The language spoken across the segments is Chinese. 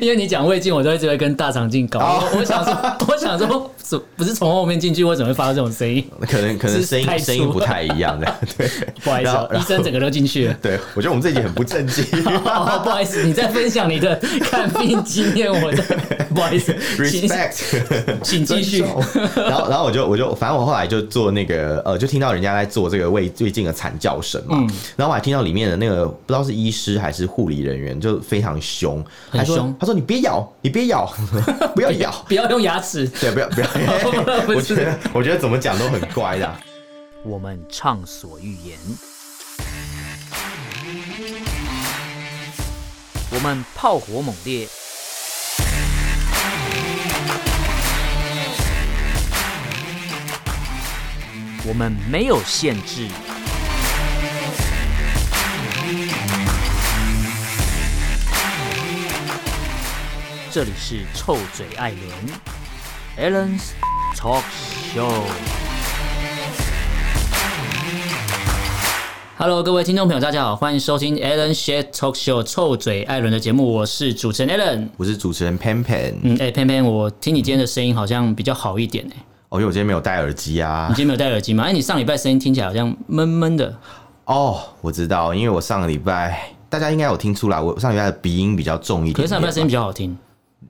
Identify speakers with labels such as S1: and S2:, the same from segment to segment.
S1: 因为你讲胃镜，我就一直会跟大肠镜搞。
S2: 哦
S1: 我我想 说，我想说，怎不是从后面进去，为什么会发出这种声音？
S2: 可能可能
S1: 是
S2: 声
S1: 太
S2: 音
S1: 粗
S2: 声音不太一 样的，对，
S1: 不好意思
S2: 然后
S1: 哦，医生整个都进去 了。
S2: 对，我觉得我们这一集很不正 经
S1: 哦，不好意思，你在分享你的看病经验，我 在不好意思，请
S2: ，respect，
S1: 请继续。
S2: 然后，然后我就我就反正我后来就做那个呃，就听到人家在做这个胃胃镜的惨叫声嘛，
S1: 嗯
S2: 然后我还听到里面的那个不知道是医师还是护理人员，就非常凶，
S1: 很
S2: 他说
S1: 凶
S2: 他说你别咬，你别咬， 不要 咬，
S1: 不要用牙齿。
S2: 对，不 要不要，
S1: 不是
S2: 我觉得我觉得怎么讲都很乖 的啊、
S3: 我们畅所欲言；我们炮火猛烈；我们没有限制。这里是臭嘴艾伦 a l l e n s Talk Show。
S1: Hello，各位听众朋友，大家好，欢迎收听 Alan Share Talk Show 臭嘴艾伦的节目，我是主持人 Alan。
S2: 我是主持人 Pan Pan，
S1: 嗯，哎、偏偏我听你今天的声音好像比较好一点哎、
S2: 哦，因为我今天没有戴耳机啊
S1: 你今，天没有戴耳机吗？哎、你上礼拜声音听起来好像闷闷的，
S2: 哦，我知道，因为我上个礼拜。大家应该有听出来，我上礼拜的鼻音比较重一点
S1: 可
S2: 点
S1: 是上
S2: 嘛，
S1: 礼拜声音比较好 听。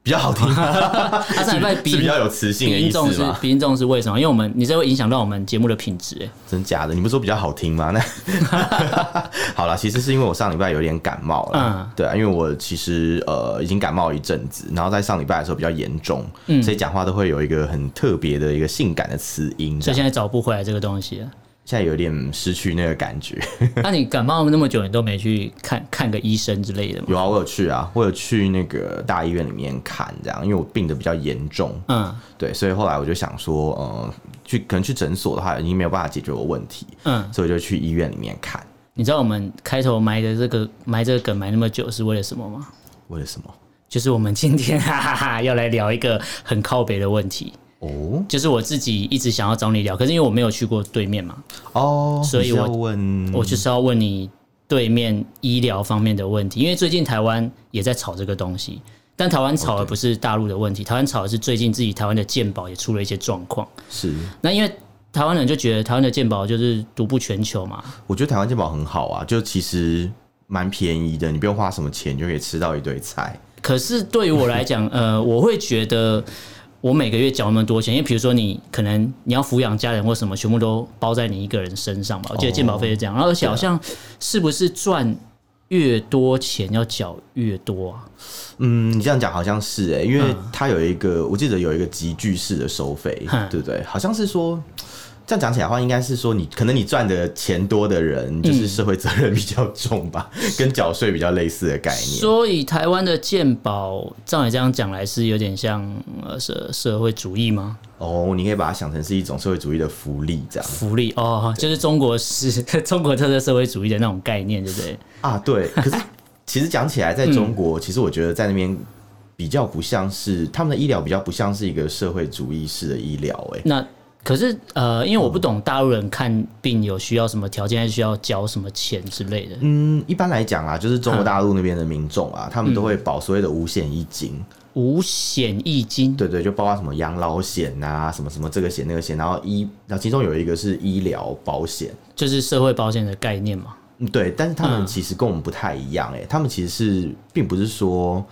S2: 比较好听，
S1: 啊， 上礼拜鼻
S2: 是比较有磁性的
S1: 鼻
S2: 意
S1: 音
S2: 思
S1: 重是
S2: 吗？
S1: 鼻音重是为什么？因为我们你这会影响到我们节目的品质哎。
S2: 真假的？你不是说比较好听吗？那 好了，其实是因为我上礼拜有点感冒了，
S1: 嗯
S2: 对啊，因为我其实呃已经感冒一阵子，然后在上礼拜的时候比较严重，
S1: 嗯
S2: 所以讲话都会有一个很特别的一个性感的词音，
S1: 所
S2: 这
S1: 以
S2: 样
S1: 现在找不回来这个东西 了。
S2: 现在有点失去那个感觉。
S1: 那你感冒那么久，你都没去看看个医生之类的吗？
S2: 有啊，我有去啊，我有去那个大医院里面看，这样，因为我病的比较严重，
S1: 嗯
S2: 对，所以后来我就想说，呃，去可能去诊所的话已经没有办法解决我问题，
S1: 嗯，
S2: 所以我就去医院里面看，
S1: 你知道我们开头埋的这个埋这个梗埋那么久是为了什么吗？
S2: 为了什么？
S1: 就是我们今天哈哈哈要来聊一个很靠北的问题，
S2: 哦
S1: 就是我自己一直想要找你聊，可是因为我没有去过对面嘛，
S2: 哦，
S1: 所以
S2: 你是
S1: 我
S2: 要问
S1: 我就是要问你对面医疗方面的问题，因为最近台湾也在炒这个东西，但台湾炒的不是大陆的问题，台湾炒的是最近自己台湾的健保也出了一些状况。
S2: 是，
S1: 那因为台湾人就觉得台湾的健保就是独步全球嘛，
S2: 我觉得台湾健保很好啊，就其实蛮便宜的，你不用花什么钱就可以吃到一堆菜。
S1: 可是对于我来讲，呃，我会觉得我每个月缴那么多钱，因为比如说你可能你要抚养家人或什么，全部都包在你一个人身上吧。我记得健保费是这样，然后而且好像是不是赚越多钱要缴越多啊？
S2: 嗯，你这样讲好像是哎、因为它有一个，我记得有一个集聚式的收费，
S1: 嗯哼
S2: 对不对？好像是说。这样讲起来的话，应该是说你可能你赚的钱多的人，就是
S1: 嗯
S2: 社会责任比较重吧，跟缴税比较类似的概念。
S1: 所以台湾的健保，照你这样讲来是有点像呃社社会主义吗？
S2: 哦，你可以把它想成是一种社会主义的福利，这样
S1: 福利哦，就是中国是 中国特色社会主义的那种概念，对不对？
S2: 啊，对。可是其实讲起来，在中国，其实我觉得在那边比较不像是他们的医疗，比较不像是一个社会主义式的医疗、欸。
S1: 那可是呃，因为我不懂大陆人看病有需要什么条件，还需要交什么钱之类的。
S2: 嗯，一般来讲啊，就是中国大陆那边的民众啊，他们都会保所谓的五险一金，
S1: 五险一金，
S2: 对对，就包括什么养老险啊，什么什么这个险那个险，然后医，然后其中有一个是医疗保险。
S1: 就是社会保险的概念嘛。
S2: 嗯，对，但是他们
S1: 嗯
S2: 其实跟我们不太一样、欸，他们其实是并不是说，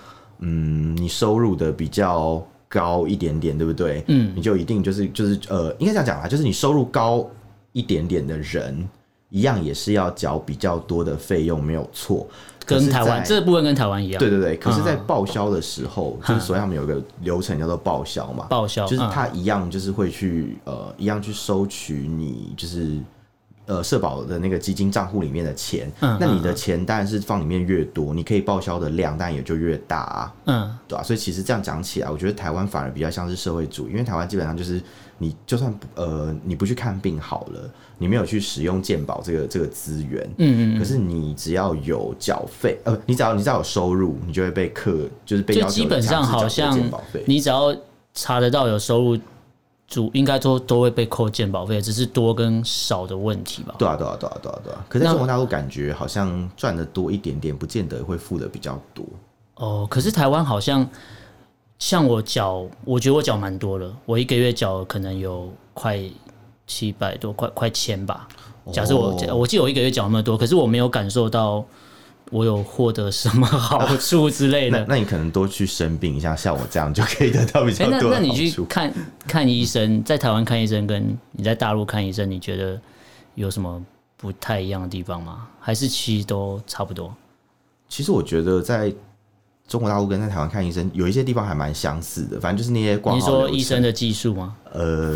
S2: 嗯，你收入的比较高一点点，对不对？嗯，你就一定就是就是呃，应该这样讲啦，就是你收入高一点点的人，一样也是要缴比较多的费用，没有错。可
S1: 跟
S2: 是
S1: 台湾
S2: 在
S1: 这嗯部分跟台湾一样，
S2: 对对对，可是，在报销的时候，
S1: 嗯
S2: 就是所以他们有一个流程叫做报销嘛，
S1: 报销
S2: 就是
S1: 嗯
S2: 他一样就是会去呃，一样去收取你就是呃社保的那个基金账户里面的钱，
S1: 嗯
S2: 那你的钱当然是放里面越多，你可以报销的量当然也就越大、啊，
S1: 嗯，
S2: 对吧、所以其实这样讲起来，我觉得台湾反而比较像是社会主义，因为台湾基本上就是你就算不呃你不去看病好了，你没有去使用健保这个这个资源，嗯嗯，可是你只要有缴费，呃，你只要你只要有收入，你就会被课，就是被
S1: 就
S2: 要求
S1: 基本上
S2: 强制缴
S1: 好
S2: 这个
S1: 像
S2: 健保费。
S1: 你只要查得到有收入，主应该都都会被扣健保费，只是多跟少的问题吧。
S2: 对啊，对啊，对啊，对啊，对啊。可是
S1: 那
S2: 在中国大陆感觉好像赚的多一点点，不见得会付的比较多。
S1: 哦，可是台湾好像像我缴，我觉得我缴蛮多了，我一个月缴可能有快七百多，快快千吧。假设我、
S2: 哦
S1: 我记得我一个月缴那么多，可是我没有感受到我有获得什么好处之类的
S2: 那。那你可能多去生病一下，像我这样就可以得到比较
S1: 哎、那
S2: 多的
S1: 那
S2: 啊好
S1: 你去
S2: 处。
S1: 看看医生，在台湾看医生跟你在大陆看医生，你觉得有什么不太一样的地方吗？还是其实都差不多？
S2: 其实我觉得在中国大陆跟在台湾看医生有一些地方还蛮相似的，反正就是那些挂
S1: 你
S2: 号
S1: 说
S2: 流
S1: 医
S2: 程
S1: 生的技术吗？
S2: 呃，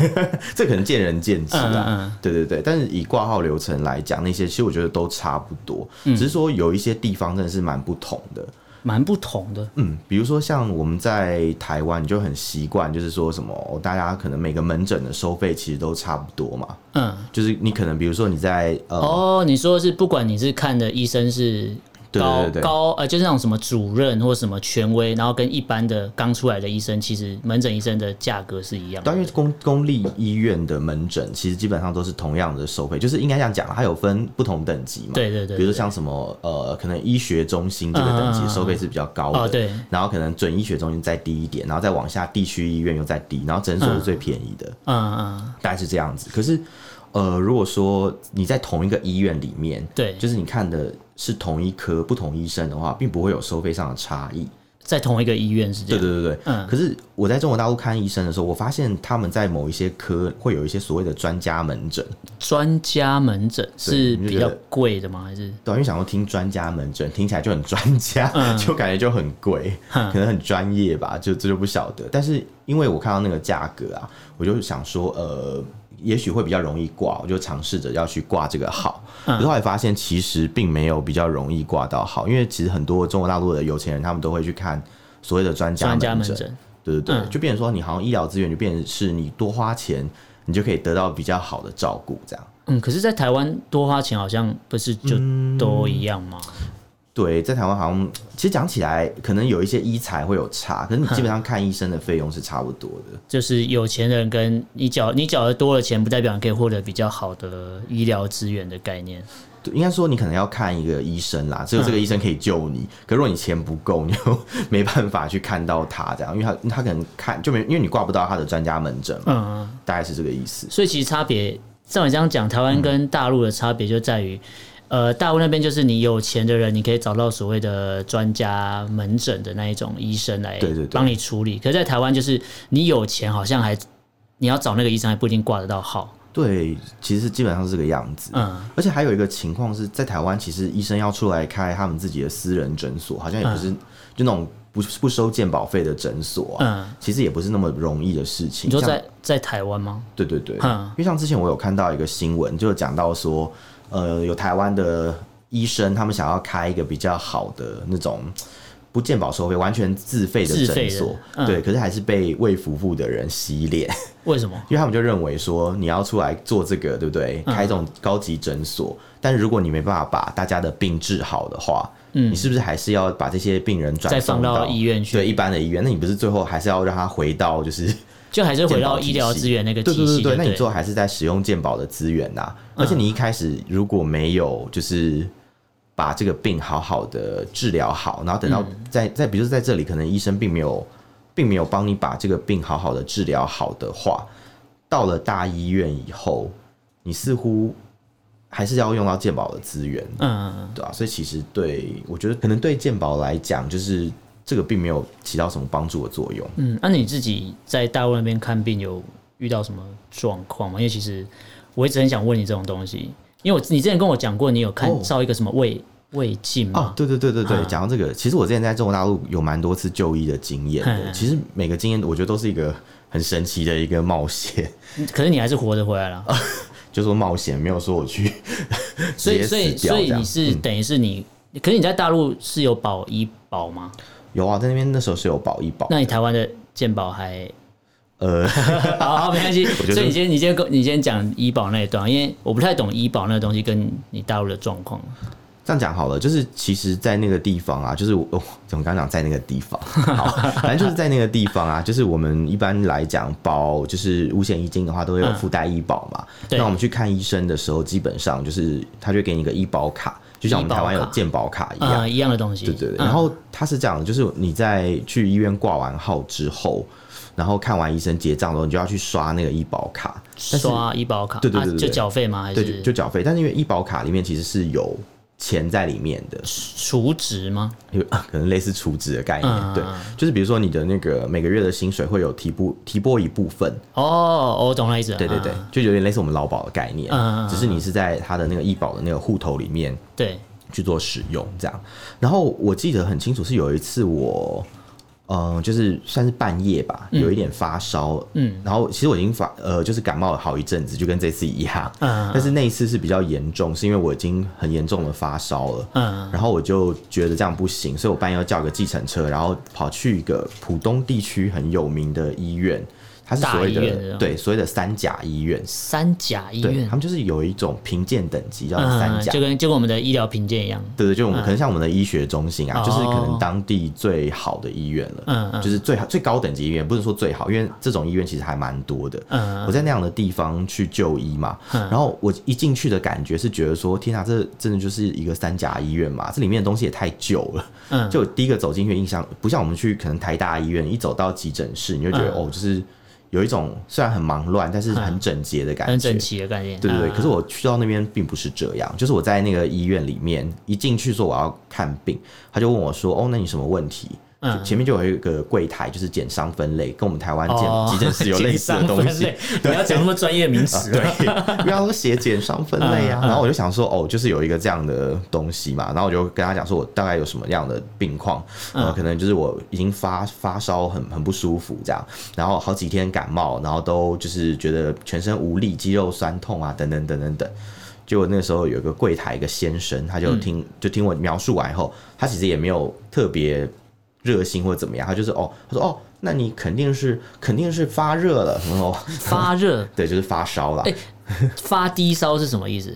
S2: 这可能见仁见智
S1: 嗯
S2: 啦。
S1: 嗯嗯
S2: 对对对，但是以挂号流程来讲，那些其实我觉得都差不多，
S1: 嗯
S2: 只是说有一些地方真的是蛮不同的。
S1: 蛮不同的。
S2: 嗯，比如说像我们在台湾，你就很习惯，就是说什么、哦大家可能每个门诊的收费其实都差不多嘛。
S1: 嗯，
S2: 就是你可能比如说你在呃，
S1: 哦，你说是不管你是看的医生是
S2: 对
S1: 高
S2: 对对对，
S1: 高呃，就是那种什么主任或什么权威，然后跟一般的刚出来的医生，其实门诊医生的价格是一样
S2: 对，
S1: 的。
S2: 因为公公立医院的门诊其实基本上都是同样的收费，就是应该这样讲，它有分不同等级嘛。
S1: 对对对，
S2: 比如说
S1: 对
S2: 像什么呃，可能医学中心这个等
S1: 嗯嗯嗯
S2: 级
S1: 嗯
S2: 收费是比较高的，
S1: 哦对，
S2: 然后可能准医学中心再低一点，然后再往下地区医院又再低，然后诊所是最便宜的，
S1: 嗯嗯，
S2: 大概是这样子。可是呃，如果说你在同一个医院里面，
S1: 对
S2: 就是你看的是同一科不同医生的话，并不会有收费上的差异。
S1: 在同一个医院是这
S2: 对
S1: 样。
S2: 对对对，
S1: 嗯
S2: 可是我在中国大陆看医生的时候，我发现他们在某一些科会有一些所谓的专家门诊，
S1: 专家门诊是
S2: 你就
S1: 比
S2: 觉
S1: 较
S2: 得
S1: 贵的吗？还是
S2: 对啊，因为想要听专家门诊，听起来就很专家，
S1: 嗯
S2: 就感觉就很贵，可能很专业吧，就这就不晓得。但是因为我看到那个价格啊，我就想说，呃，也许会比较容易挂，我就尝试着要去挂这个号。
S1: 嗯
S2: 可是后来发现，其实并没有比较容易挂到号，因为其实很多中国大陆的有钱人，他们都会去看所谓的专家
S1: 专家
S2: 门
S1: 门
S2: 诊，
S1: 诊？
S2: 对对对，
S1: 嗯
S2: 就变成说你好像医疗资源就变成是你多花钱，你就可以得到比较好的照顾，这样。
S1: 嗯，可是，在台湾多花钱好像不是就
S2: 嗯
S1: 都一样吗？
S2: 对，在台湾好像其实讲起来，可能有一些医材会有差，可是你基本
S1: 嗯
S2: 上看医生的费用是差不多的。
S1: 就是有钱人跟你缴你缴的多了钱，不代表你可以获得比较好的医疗资源的概念。
S2: 对，应该说你可能要看一个医生啦，只有
S1: 嗯
S2: 这个医生可以救你。可如果你钱不够，你就 没办法去看到他这样，因为他他可能看就没，因为你挂不到他的专家门诊嘛，
S1: 嗯，
S2: 大概是这个意思。
S1: 所以其实差别，照你这样讲，台湾跟大陆的差别就在于，呃，大陆那边就是你有钱的人，你可以找到所谓的专家门诊的那一种医生来
S2: 对对对
S1: 帮你处理。可是在台湾就是你有钱，好像还你要找那个医生还不一定挂得到号。
S2: 对，其实基本上是这个样子。
S1: 嗯，
S2: 而且还有一个情况是在台湾，其实医生要出来开他们自己的私人诊所，好像也不是、就那种不不收健保费的诊所啊，
S1: 嗯
S2: 其实也不是那么容易的事情。
S1: 你说
S2: 像
S1: 在在台湾吗？
S2: 对对对，
S1: 嗯
S2: 因为像之前我有看到一个新闻，就有讲到说，呃，有台湾的医生他们想要开一个比较好的那种。不健保收费，完全自费的
S1: 自费的
S2: 诊所，
S1: 嗯
S2: 对，可是还是被卫福部的人洗脸，
S1: 为什么？
S2: 因为他们就认为说你要出来做这个，对不对？
S1: 嗯
S2: 开这种高级诊所，但如果你没办法把大家的病治好的话，你是不是还是要把这些病人转
S1: 嗯再放
S2: 送
S1: 到医院去
S2: 对一般的医院，那你不是最后还是要让他回到就是
S1: 就还是回
S2: 健保
S1: 到
S2: 体系
S1: 医疗资源那个体
S2: 对
S1: 系
S2: 对对对，
S1: 不
S2: 那你最后还是在使用健保的资源呐、而且你一开始如果没有就是把这个病好好的治疗好，然后等到在、在比如说在这里，可能医生并没有并没有帮你把这个病好好的治疗好的话，到了大医院以后，你似乎还是要用到健保的资源，
S1: 嗯，
S2: 对啊，所以其实对我觉得可能对健保来讲，就是这个并没有起到什么帮助的作用。
S1: 嗯，那、你自己在大陆那边看病有遇到什么状况吗？因为其实我一直很想问你这种东西，因为我你之前跟我讲过，你有看
S2: 哦
S1: 照一个什么胃胃镜
S2: 哦
S1: 嘛，？
S2: 对对对对对
S1: 嗯，
S2: 讲、到这个，其实我之前在中国大陆有蛮多次就医的经验
S1: 嗯
S2: 的。其实每个经验，我觉得都是一个很神奇的一个冒险，
S1: 可是你还是活着回来了，
S2: 啊就说冒险，没有说我去
S1: 所以
S2: 直
S1: 所
S2: 接
S1: 以
S2: 死掉
S1: 所
S2: 这
S1: 以
S2: 样嗯
S1: 你是、等于是你，可是你在大陆是有保医保吗？
S2: 有啊，在那边那时候是有保一保，
S1: 那你台湾的健保还？
S2: 呃，
S1: 好好，没关 系。
S2: 觉得
S1: 所以你先，你先跟，你先讲医保那一段，因为我不太懂医保那个东西跟你大陆的状况。
S2: 这样讲好了，就是其实，在那个地方啊，就是我、哦、我刚刚讲在那个地方， 好，反正就是在那个地方啊，就是我们一般来讲保就是五险一金的话，都会有附带医保嘛。
S1: 对
S2: 那我们去看医生的时候，基本上就是他就会给你一个医保卡，就像我
S1: 医
S2: 们
S1: 保
S2: 台湾有
S1: 卡
S2: 健保卡一样
S1: 呃，。一样的东西，
S2: 对对对，
S1: 嗯
S2: 然后它是这样的，就是你在去医院挂完号之后，然后看完医生结账之后，你就要去刷那个医保卡，但是
S1: 刷医保卡，
S2: 对对
S1: 啊
S2: 对对对
S1: 就缴费吗？还
S2: 对，就是就缴费。但是因为医保卡里面其实是有钱在里面的，
S1: 储值吗？
S2: 有、啊可能类似储值的概念，
S1: 嗯
S2: 对
S1: 嗯，
S2: 就是比如说你的那个每个月的薪水会有提拨提拨一部分，
S1: 哦，我懂了意思了，
S2: 对对对，
S1: 嗯
S2: 就有点类似我们劳保的概念，
S1: 嗯嗯嗯
S2: 只是你是在他的那个医保的那个户头里面
S1: 对，
S2: 去做使用这样。然后我记得很清楚，是有一次我。嗯，就是算是半夜吧，
S1: 嗯
S2: 有一点发烧，嗯，然后其实我已经发呃，就是感冒了好一阵子，就跟这次一样，
S1: 嗯嗯
S2: 但是那一次是比较严重，是因为我已经很严重的发烧了，
S1: 嗯
S2: 然后我就觉得这样不行，所以我半夜要叫个计程车，然后跑去一个浦东地区很有名的医院，它是所谓
S1: 大医院这
S2: 的
S1: 样
S2: 对所谓的三甲医院，
S1: 三甲医
S2: 对
S1: 院
S2: 他，们就是有一种评鉴等级叫做三
S1: 嗯，
S2: 甲
S1: 就。跟就跟我们的医疗评鉴一样，
S2: 对对，就我们可能像我们的医学中心啊，
S1: 嗯哦
S2: 就是可能当地最好的医院了，
S1: 嗯嗯
S2: 就是最好最高等级医院，不是说最好，因为这种医院其实还蛮多的。
S1: 嗯
S2: 我在那样的地方去就医嘛，然后我一进去的感觉是觉得说，天啊，这真的就是一个三甲医院嘛，这里面的东西也太旧了。
S1: 嗯
S2: 就第一个走进去的印象，不像我们去可能台大医院，一走到急诊室，你就觉得、
S1: 嗯
S2: 哦，就是有一种虽然很忙乱，但是很整洁的感觉，
S1: 很整齐的概念，
S2: 对对对，
S1: 嗯
S2: 可是我去到那边并不是这样，就是我在那个医院里面一进去说我要看病，他就问我说：“哦，那你什么问题？”
S1: 嗯
S2: 就前面就有一个柜台，就是减伤分类，跟我们台湾减
S1: 哦
S2: 急诊室有类 似的东西
S1: 减。伤分类你要讲那么专业名
S2: 啊
S1: 词，
S2: 对，因为他说写减伤分类啊
S1: 嗯，嗯
S2: 然后我就想说，哦，就是有一个这样的东西嘛，然后我就跟他讲说，我大概有什么样的病况，
S1: 嗯
S2: 呃，可能就是我已经发发烧，很很不舒服这样，然后好几天感冒，然后都就是觉得全身无力、肌肉酸痛啊，等等等等等。结果那个时候有一个柜台一个先生，
S1: 嗯
S2: 他就听、就听我描述完以后，他其实也没有特别热心或者怎么样，他就是哦，他说哦，那你肯定是肯定是发热了，然后
S1: 发热
S2: 对，就是发烧啦。
S1: 哎发低烧是什么意思？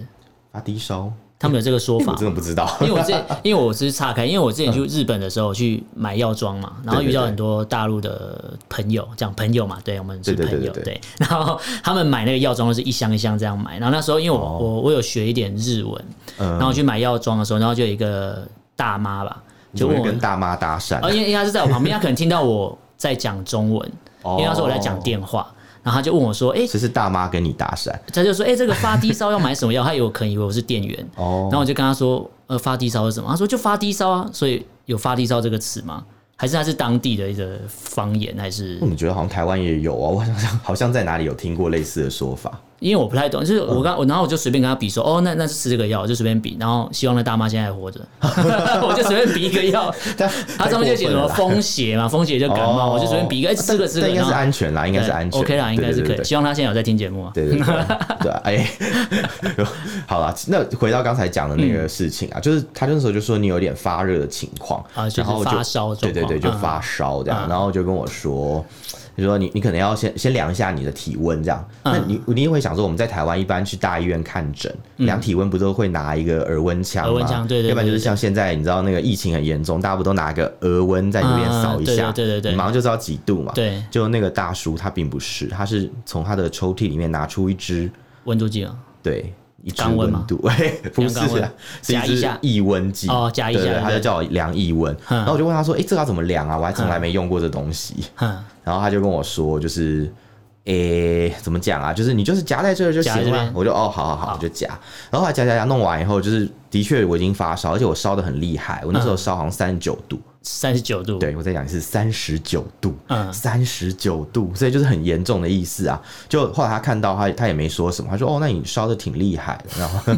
S2: 发低烧，
S1: 他们有这个说
S2: 我
S1: 法
S2: 真。的不知道。
S1: 因为我之前，因为我只是岔开，因为我之前去日本的时候去买药妆嘛，然后遇到很多大陆的朋友，讲朋友嘛，对我们是
S2: 对对对
S1: 朋友，
S2: 对对
S1: 对。 然后他们买那个药妆都是一箱一箱这样买，然后那时候因为我
S2: 哦
S1: 我我有学一点日文，然
S2: 嗯
S1: 后我去买药妆的时候，然后就有一个大妈吧，就
S2: 就
S1: 问
S2: 会
S1: 我
S2: 跟大妈搭
S1: 啊，
S2: 讪，
S1: 因为因为他是在我旁边，他可能听到我在讲中文，
S2: 哦
S1: 因为那时候我在讲电话，然后他就问我说：“哎、
S2: 只是大妈跟你搭讪。
S1: 他就说：“哎、这个发低烧要买什么药？”他有可能以为我是店员，
S2: 哦
S1: 然后我就跟他说：“呃，发低烧是什么？”他说：“就发低烧啊。”所以有发低烧这个词吗？还是他是当地的一个方言？还是
S2: 我怎么觉得好像台湾也有啊？我好像好像在哪里有听过类似的说法。
S1: 因为我不太懂，就是我
S2: 嗯
S1: 刚我，然后我就随便跟他比说：“哦，那那是吃这个药。”我就随便比，然后希望那大妈现在还活着， 我就随便比一个 药。
S2: 但
S1: 他上面就写什么风邪嘛，风邪就感冒，
S2: 哦
S1: 我就随便比一个，哎、吃这个吃这
S2: 这
S1: 个，
S2: 应该
S1: 然
S2: 是
S1: 后哎
S2: 安全啦，应该是安全。
S1: OK 啦，应该是可
S2: 对
S1: 以。希望他现在有在听节目啊。
S2: 对对对对对对对啊，哎， 好啦，那回到刚才讲的那个事情啊，就是他那时候就说你有点发热的情况，
S1: 嗯啊就是
S2: 然后就
S1: 发烧的
S2: 对
S1: 状况
S2: 对对，就
S1: 嗯
S2: 发烧这样，
S1: 嗯
S2: 然后就跟我说。就说你，你可能要先先量一下你的体温，这样。
S1: 嗯
S2: 那你你也会想说，我们在台湾一般去大医院看诊，量体温不都会拿一个耳温枪
S1: 嗯
S2: 吗？
S1: 耳温枪对对对
S2: 要不然就是
S1: 对对
S2: 像现在你知道那个疫情很严重，大家不都拿个额温在里面
S1: 嗯
S2: 扫一下，
S1: 对对对对对
S2: 你马上就知道几度嘛。
S1: 对
S2: 就那个大叔他并不是，他是从他的抽屉里面拿出一支
S1: 温度计啊，
S2: 对，一支
S1: 肛温
S2: 温
S1: 吗
S2: 度， 哎，不是
S1: 量肛温
S2: 啊，是一
S1: 夹一
S2: 支
S1: 下
S2: 抑温计
S1: 哦夹一
S2: 对
S1: 下
S2: 对他就
S1: 对
S2: 叫我量抑温，
S1: 嗯
S2: 然后我就问他说，哎，这个要怎么量啊？我还从来没用过这东西，
S1: 嗯，
S2: 然后他就跟我说，就是。诶、怎么讲啊？就是你就是夹在这儿就
S1: 夹在
S2: 行
S1: 这
S2: 了
S1: 边。
S2: 我就哦，好好好，我就夹。然后后来夹夹夹弄完以后，就是的确我已经发烧，而且我烧的很厉害。我那
S1: 嗯
S2: 时候烧好像三十九度，
S1: 三十九度，
S2: 对，我再讲一次，三十九度，
S1: 嗯
S2: 三十九度，所以就是很严重的意思啊。就后来他看到他，他也没说什么，他说：“哦，那你烧的挺厉害的。”然 后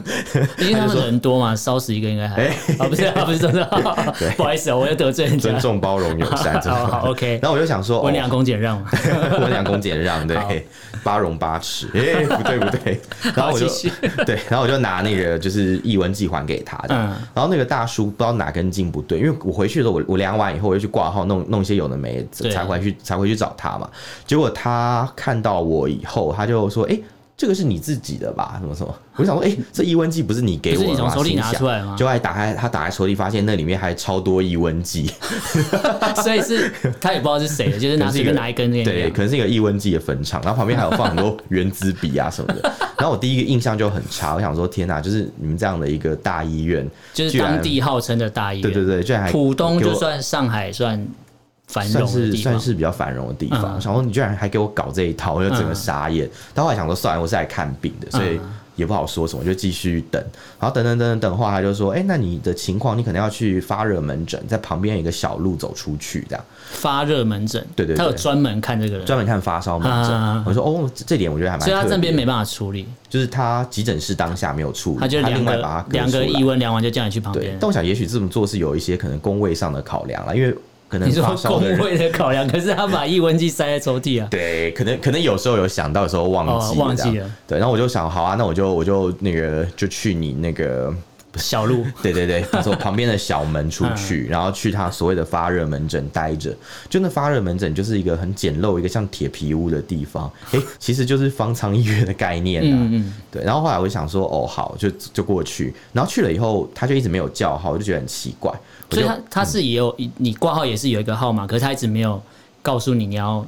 S1: 因为他们人多嘛，烧死一个应该 还
S2: 哎
S1: 好啊，不是啊，不是，不是，不好意思啊，我又得罪人
S2: 尊
S1: 家。
S2: 重、包容、友 善，真
S1: 好
S2: 的。
S1: 好，OK，
S2: 然后我就想说，
S1: 温良
S2: 哦，
S1: 恭俭让嘛，
S2: 温良恭俭让，对，八荣八耻，哎，不对不对。 然后我就
S1: 好继续
S2: 对，然后我就拿那个就是译文寄还给他的。
S1: 嗯
S2: 然后那个大叔不知道哪根筋不对，因为我回去的时候，我我量完以后，我就去挂号弄弄一些有的没的，
S1: 对
S2: 才回去才回去找他嘛。结果他看到我以后，他就说：“哎、这个是你自己的吧？什么什么？我就想说，哎、这抑温剂不是你 给
S1: 不
S2: 我
S1: 是
S2: 的吗？
S1: 你从手里
S2: 心
S1: 拿
S2: 想
S1: 出来吗
S2: 就还打开，他打开手里发现那里面还超多抑温剂，
S1: 啊所以是他也不知道是谁的，就是拿随便拿一根这
S2: 对，
S1: 个，
S2: 可能是一个抑温剂的坟场，然后旁边还有放很多原子笔 啊什么的。然后我第一个印象就很差，我想说天哪，就是你们这样的一个大医院，
S1: 就是
S2: 居然
S1: 当地号称的大医
S2: 对对
S1: 院。
S2: 对，居然还
S1: 浦东
S2: 给我
S1: 就算上海算繁
S2: 算
S1: 荣的
S2: 是
S1: 地
S2: 算
S1: 方，
S2: 是比较繁荣的地方。
S1: 嗯
S2: 然后你居然还给我搞这一套，我就整个
S1: 嗯
S2: 傻眼。但后来想说，算了，我是来看病的，所以
S1: 嗯
S2: 也不好说什么，就继续等。然后等等等等等的话，他就说，哎、那你的情况，你可能要去发热门诊，在旁边有一个小路走出去，这样
S1: 发热门诊，
S2: 对对对
S1: 他有专门看这个人，
S2: 专门看发烧门诊。
S1: 嗯嗯嗯
S2: 我说，哦，这这点我觉得还蛮
S1: 所
S2: 特
S1: 以
S2: 别的。
S1: 他这边没办法处理，
S2: 就是他急诊室当下没有处理，
S1: 他就两
S2: 另外把
S1: 个
S2: 它割
S1: 两
S2: 出
S1: 个
S2: 来
S1: 一问量完就叫你去旁
S2: 对
S1: 边，。
S2: 但我想，也许这么做是有一些可能工位上的考量了，因为可能
S1: 你说
S2: 发烧
S1: 工
S2: 的人
S1: 会的考量，可是他把抑温剂塞在抽屉啊，
S2: 对，可能可能有时候有想到，有时候忘记、
S1: 哦忘记
S2: 这样
S1: 了。
S2: 对，然后我就想，好啊，那我就我就那个就去你那个，
S1: 小路。
S2: 对对对，他说旁边的小门出
S1: 嗯
S2: 去，然后去他所谓的发热门诊待着。就那发热门诊就是一个很简陋，一个像铁皮屋的地方。诶，其实就是方舱医院的概念啊。
S1: 嗯嗯，
S2: 对，然后后来我就想说，哦，好，就就过去。然后去了以后，他就一直没有叫号，我就觉得很奇怪。我
S1: 所
S2: 就
S1: 以他他是也有你挂号也是有一个号码，可是他一直没有告诉你你要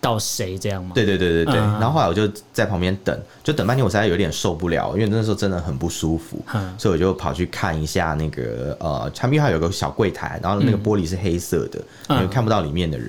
S1: 到谁这样吗？
S2: 对对对对对。
S1: 嗯
S2: 然后后来我就在旁边等，就等半天，我实在有点受不了，因为那时候真的很不舒服，
S1: 嗯
S2: 所以我就跑去看一下那个呃，他们因为它有个小柜台，然后那个玻璃是黑色的，
S1: 嗯
S2: 你又看不到里面的人，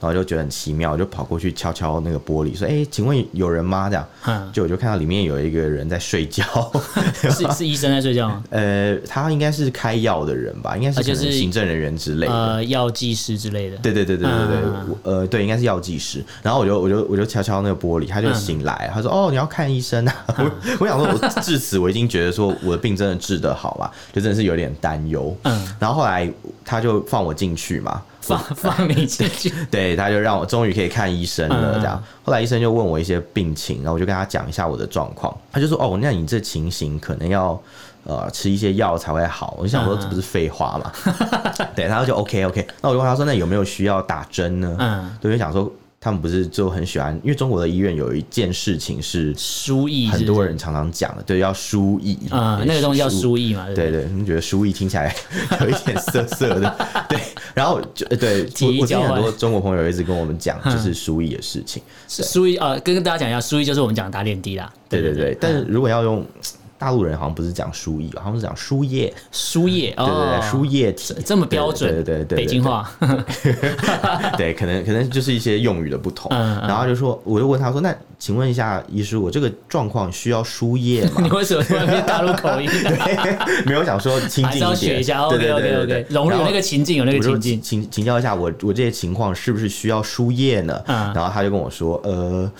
S2: 然后就觉得很奇妙，我就跑过去敲敲那个玻璃，说：“哎、请问有人吗？”这样，
S1: 嗯，
S2: 就我就看到里面有一个人在睡觉。
S1: 是是医生在睡觉吗？
S2: 呃，他应该是开药的人吧，应该是
S1: 啊就
S2: 可能
S1: 是
S2: 行政人员之类的。
S1: 呃，药剂师之类的。
S2: 对对对对对对，
S1: 嗯
S2: 我呃，对，应该是药剂师。然后我就我就我就敲敲那个玻璃，他就
S1: 嗯
S2: 醒来，他说：“哦，你要看医生啊！”我 我想说，我至此我已经觉得说我的病真的治得好嘛，就真的是有点担忧。
S1: 嗯
S2: 然后后来他就放我进去嘛，
S1: 放 放你进去，
S2: 对，他就让我终于可以看医生了，
S1: 嗯
S2: 这样。后来医生就问我一些病情，然后我就跟他讲一下我的状况，他就说：“哦，那你这情形可能要呃吃一些药才会好。”我就想说，
S1: 嗯
S2: 这不是废 话嘛？对，他就 OK OK。那我就问他说：“那有没有需要打针呢？”
S1: 嗯，
S2: 对，就想说他们不是就很喜欢，因为中国的医院有一件事情是
S1: 输液
S2: 很
S1: 是不
S2: 多
S1: 是
S2: 人常常讲的，对，要输液，
S1: 嗯，那个东西叫。输液嘛，
S2: 对
S1: 不，
S2: 对，你们觉得输液听起来 有一点涩涩的， 对。然后就呃对
S1: 记忆
S2: 我我听
S1: 交换嗯
S2: 很多中国朋友一直跟我 们讲，就是输液的事情。
S1: 输液呃，跟大家讲一下，输液就是我们讲的打点滴啦，
S2: 对对对，但是
S1: 嗯
S2: 如果要用大陆人好像不是讲输液吧，他们是讲输液，
S1: 输液哦，
S2: 对对对，输液体
S1: 这么标准，
S2: 对对对对对，
S1: 北京话，
S2: 对，可能可能就是一些用语的不同。
S1: 嗯嗯
S2: 然后就说，我就问他说：“那请问一下医师，我这个状况需要输液吗
S1: 你为什么突然变大陆口音？？”
S2: 没有想说亲
S1: 还是
S2: 近
S1: 要
S2: 一
S1: 学
S2: 点，
S1: 一下，OK
S2: 对对
S1: OK
S2: 对对
S1: OK，
S2: 对。
S1: 融入
S2: 然后
S1: 那个情境，有那个
S2: 我就哦
S1: 情境，
S2: 请请教一下，我我这些情况是不是需要输液呢？
S1: 嗯
S2: 然后他就跟我说，呃。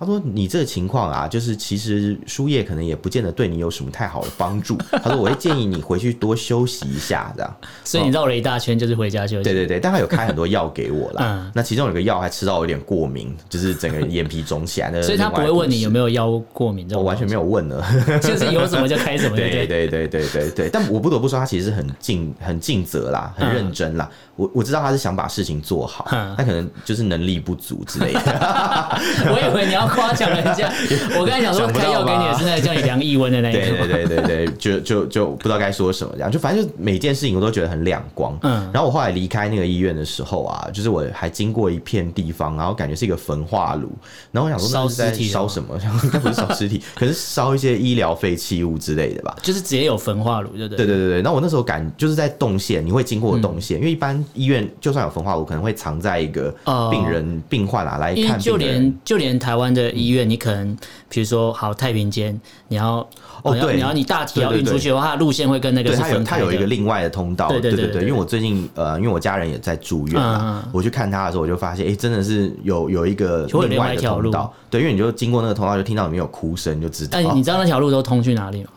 S2: 他说：“你这个情况啊，就是其实输液可能也不见得对你有什么太好的帮助。”他说：“我会建议你回去多休息一下，这样。
S1: 所以你绕了一大圈，就是回家休息。
S2: 对对对，但他有开很多药给我啦。
S1: 嗯
S2: 那其中有个药还吃到有点过敏，就是整个眼皮肿起来。那
S1: 所以他不会问你有没有腰过敏这
S2: 有，
S1: 种，
S2: 我完全没有问呢。
S1: 有，就是有什么就开什么，对不
S2: 对
S1: 对？
S2: 对对对对对，但我不得不说，他其实是很尽很尽责啦，很
S1: 嗯
S2: 认真啦。我我知道他是想把事情做好，
S1: 嗯
S2: 他可能就是能力不足之类 的。
S1: 我以为你要夸奖人 家，我刚才想说
S2: 想不到
S1: 开
S2: 吧
S1: 药给你也是那个叫你量腋温的那一
S2: 对
S1: 个嘛，
S2: 对对对对，就就就不知道该说什么这样，就反正就每件事情我都觉得很两光。
S1: 嗯
S2: 然后我后来离开那个医院的时候啊，就是我还经过一片地方，然后感觉是一个焚化炉，然后我想说
S1: 烧
S2: 那是在
S1: 尸体的
S2: 烧
S1: 吗
S2: 什么？ 想说应该不是烧尸体，可是烧一些医疗废弃物之类的吧。
S1: 就是直接有焚化炉，对不对？
S2: 对对对对，那我那时候感就是在动线，你会经过
S1: 嗯
S2: 动线，因为一般医院就算有焚化炉，可能会藏在一个
S1: 哦
S2: 病人、病患啊来
S1: 因为
S2: 看
S1: 就
S2: 病的人。
S1: 连就连台湾的医院，你可能比如说好太平间，你要
S2: 哦
S1: 你要
S2: 对
S1: 你要你大体要
S2: 对对
S1: 运
S2: 对
S1: 出去的话，它的路线会跟那个
S2: 对，
S1: 是
S2: 它有
S1: 分
S2: 它
S1: 开的。
S2: 有一个另外的通道，
S1: 对
S2: 对
S1: 对对
S2: 对，
S1: 对
S2: 因为我最近呃，因为我家人也在住院啦
S1: 嗯嗯，
S2: 我去看他的时候，我就发现，哎，真的是有有一个
S1: 就会有
S2: 另
S1: 另
S2: 外
S1: 外一
S2: 的
S1: 条
S2: 通
S1: 路
S2: 道，对，因为你就经过那个通道，就听到里面有哭声，你就知道
S1: 但你知道那条路都通去哪里吗？